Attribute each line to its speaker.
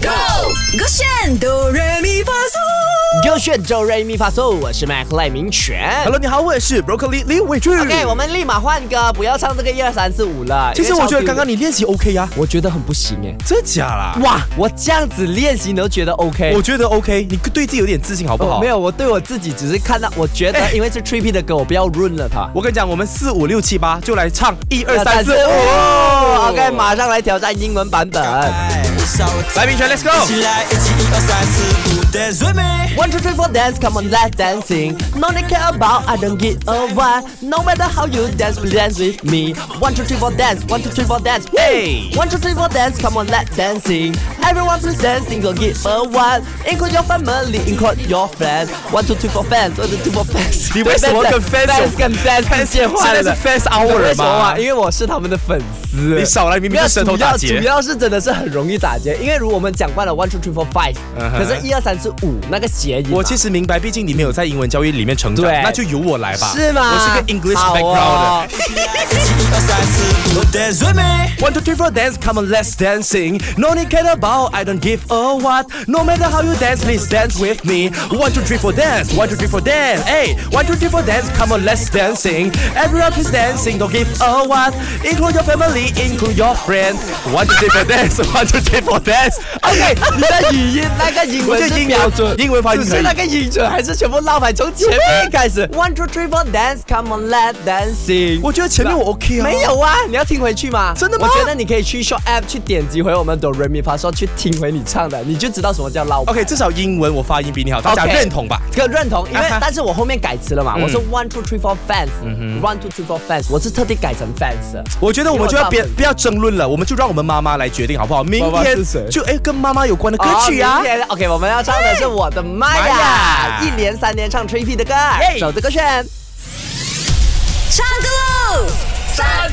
Speaker 1: Go，勾选哆来咪发嗦。
Speaker 2: 优选周瑞咪发嗦，我是麦克赖明全。
Speaker 3: Hello，你好，我是 Broccoli 李伟俊。
Speaker 2: OK，我们立马换歌，不要唱这个一二三四五了。
Speaker 3: 其实我觉得刚刚
Speaker 2: 你，
Speaker 3: 你练习 OK 呀、
Speaker 2: 我觉得很不行哎。
Speaker 3: 哎真假啦？
Speaker 2: 哇，我这样子练习你都觉得 OK？
Speaker 3: 我觉得 OK，你对哦自己有点自信好不好？
Speaker 2: 我没有，我对我自己只是看到，我觉得
Speaker 3: 哎
Speaker 2: 因为是 Trippy 的歌，我不要润了它。
Speaker 3: 我跟你讲，我们四五六七八就来唱一二三四哦
Speaker 2: 五
Speaker 3: 五。
Speaker 2: OK，马上来挑战英文版本。
Speaker 3: 来明权，Let's go。
Speaker 2: One two three four dance, come on let's dancing. No need care about, I don't give a why. No matter how you dance, will dance with me. One two three four dance, one two three four dance. Hey, one two three four dance, come on let's dancing. Everyone please dancing, don't give a why. Include your family, include your friends. One two three four fans, one two three four fans.
Speaker 3: 你为什么跟
Speaker 2: fans
Speaker 3: fans 有
Speaker 2: fans 跟 fans 之间换
Speaker 3: 现在
Speaker 2: 了
Speaker 3: 是？fans hour
Speaker 2: 为
Speaker 3: 了
Speaker 2: 什么啊？
Speaker 3: 吗？
Speaker 2: 因为我是他们的粉丝。
Speaker 3: 你少来，明
Speaker 2: 没
Speaker 3: 明
Speaker 2: 有
Speaker 3: 是舌头打结
Speaker 2: 主要主。要是真的是很容易打结，因为如果我们讲惯了 one two three four five，、
Speaker 3: 嗯哼
Speaker 2: 可是一二三四五那个谐音嘛，
Speaker 3: 我其实明白，毕竟你没有在英文教育里面成长，
Speaker 2: 对
Speaker 3: 那就由我来吧。
Speaker 2: 是吗？
Speaker 3: 我是啊个 English
Speaker 2: 好
Speaker 3: background
Speaker 2: 哦
Speaker 3: 的。One two three four dance, come on, let's dancing. No need care about, I don't give a what. No matter how you dance, please dance with me. One two three four dance, one two three four dance. Hey, one two three four dance, come on, let's dancing. Everyone please dancing, don't give a what. Include your family, include your friend. One two three four dance, one two three four dance. OK，
Speaker 2: 你的语音那个英文
Speaker 3: 我觉得
Speaker 2: 是
Speaker 3: 英文
Speaker 2: 标准，
Speaker 3: 英文发音
Speaker 2: 只
Speaker 3: 可
Speaker 2: 是
Speaker 3: 以
Speaker 2: 那个音准还是全部绕牌，从前面 开始。One two three four dance, come on, let dancing。
Speaker 3: 我觉得前面我 OK 啊，
Speaker 2: 没有啊，你要听回去吗？
Speaker 3: 真的吗
Speaker 2: 我觉得你可以去 s h o p App 去点击回我们 Do Re Mi Fa So 去听回你唱的，你就知道什么叫绕。
Speaker 3: OK，至少英文我发音比你好，大家
Speaker 2: OK
Speaker 3: 认同吧？
Speaker 2: 这个认同，因为
Speaker 3: 啊哈嗯
Speaker 2: 但是我后面改词了嘛，我是 one two three four fans，one two three four fans，我是特地改成 fans 的。
Speaker 3: 我觉得我们就要
Speaker 2: 因
Speaker 3: 别
Speaker 2: 为我大
Speaker 3: 不要争论了，我们就让我们妈妈来决定好不好？明
Speaker 2: 妈妈是谁
Speaker 3: 天就哎跟妈妈有关的歌曲啊
Speaker 2: 哦明。天 OK，我们要唱的是我的妈呀！
Speaker 3: 妈呀
Speaker 2: 一连三连唱 Trippy 的歌，
Speaker 3: 耶
Speaker 2: 走这个旋。
Speaker 1: 唱歌喽，三